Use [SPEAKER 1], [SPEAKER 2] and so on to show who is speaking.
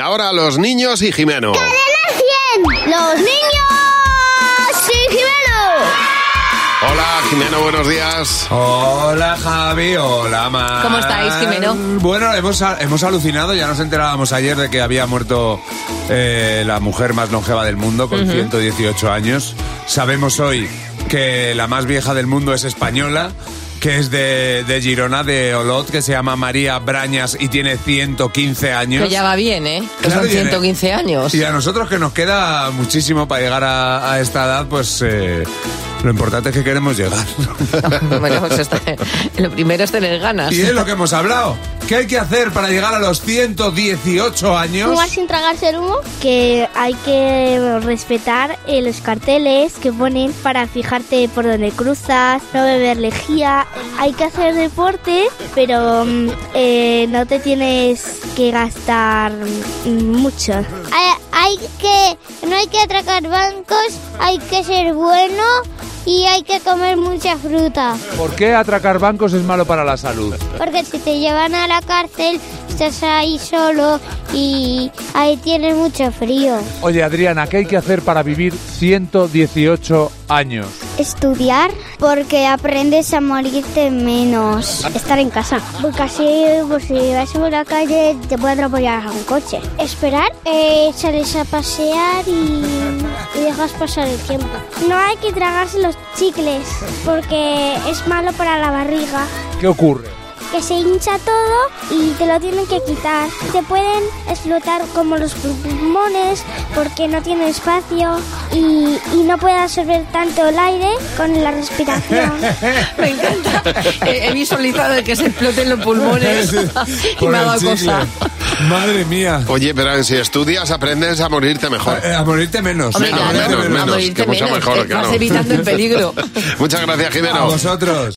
[SPEAKER 1] Ahora los niños y Jimeno.
[SPEAKER 2] ¡Los niños! ¡Sí,
[SPEAKER 1] Hola, Jimeno, buenos días.
[SPEAKER 3] Hola Javi, hola Mar.
[SPEAKER 4] ¿Cómo estáis, Jimeno?
[SPEAKER 3] Bueno, hemos, hemos alucinado, ya nos enterábamos ayer de que había muerto eh, la mujer más longeva del mundo con 118 años. Sabemos hoy que la más vieja del mundo es española, que es de, de Girona, de Olot, que se llama María Brañas y tiene 115 años.
[SPEAKER 4] Que ya va bien, ¿eh? Que
[SPEAKER 3] Claro,
[SPEAKER 4] son
[SPEAKER 3] viene.
[SPEAKER 4] 115 años.
[SPEAKER 3] Y a nosotros que nos queda muchísimo para llegar a, a esta edad, pues eh, lo importante es que queremos llegar.
[SPEAKER 4] Bueno, pues está- lo primero es tener ganas.
[SPEAKER 3] Y es lo que hemos hablado. ¿Qué hay que hacer para llegar a los 118 años?
[SPEAKER 5] Pues,
[SPEAKER 2] ¿Fumar sin tragarse el humo? Que hay que respetar eh, los carteles que ponen para fijarte por dónde cruzas, no beber lejía. Hay que hacer deporte, pero mm, eh, no te tienes que gastar mm, mucho.
[SPEAKER 5] Hay, hay que, no hay que atracar bancos, hay que ser bueno y hay que comer mucha fruta.
[SPEAKER 6] ¿Por qué atracar bancos es malo para la salud?
[SPEAKER 5] Porque si te llevan a la cárcel, estás ahí solo y ahí tienes mucho frío.
[SPEAKER 6] Oye, Adriana, ¿qué hay que hacer para vivir 118 años?
[SPEAKER 5] Estudiar porque aprendes a morirte menos. Estar en casa. Porque así, pues, si vas por la calle, te puede atropellar un coche. Esperar, eh, sales a pasear y, y dejas pasar el tiempo. No hay que tragarse los chicles porque es malo para la barriga.
[SPEAKER 6] ¿Qué ocurre?
[SPEAKER 5] Que se hincha todo y te lo tienen que quitar. Te pueden explotar como los pulmones porque no tiene espacio y, y no puede absorber tanto el aire con la respiración.
[SPEAKER 4] Me encanta. He, he visualizado el que se exploten los pulmones y
[SPEAKER 3] Por
[SPEAKER 4] me ha
[SPEAKER 3] el
[SPEAKER 4] dado
[SPEAKER 3] chicle.
[SPEAKER 4] cosa.
[SPEAKER 3] Pues Madre mía.
[SPEAKER 1] Oye, pero si estudias aprendes a morirte mejor.
[SPEAKER 3] Eh, A morirte menos.
[SPEAKER 4] Hombre,
[SPEAKER 3] A morirte
[SPEAKER 4] claro,
[SPEAKER 1] menos,
[SPEAKER 4] a
[SPEAKER 1] menos,
[SPEAKER 4] morirte
[SPEAKER 1] que mucho
[SPEAKER 4] menos.
[SPEAKER 1] mejor,
[SPEAKER 4] Te vas
[SPEAKER 1] claro.
[SPEAKER 4] evitando el peligro.
[SPEAKER 1] Muchas gracias,
[SPEAKER 3] A
[SPEAKER 1] Jimeno.
[SPEAKER 3] vosotros.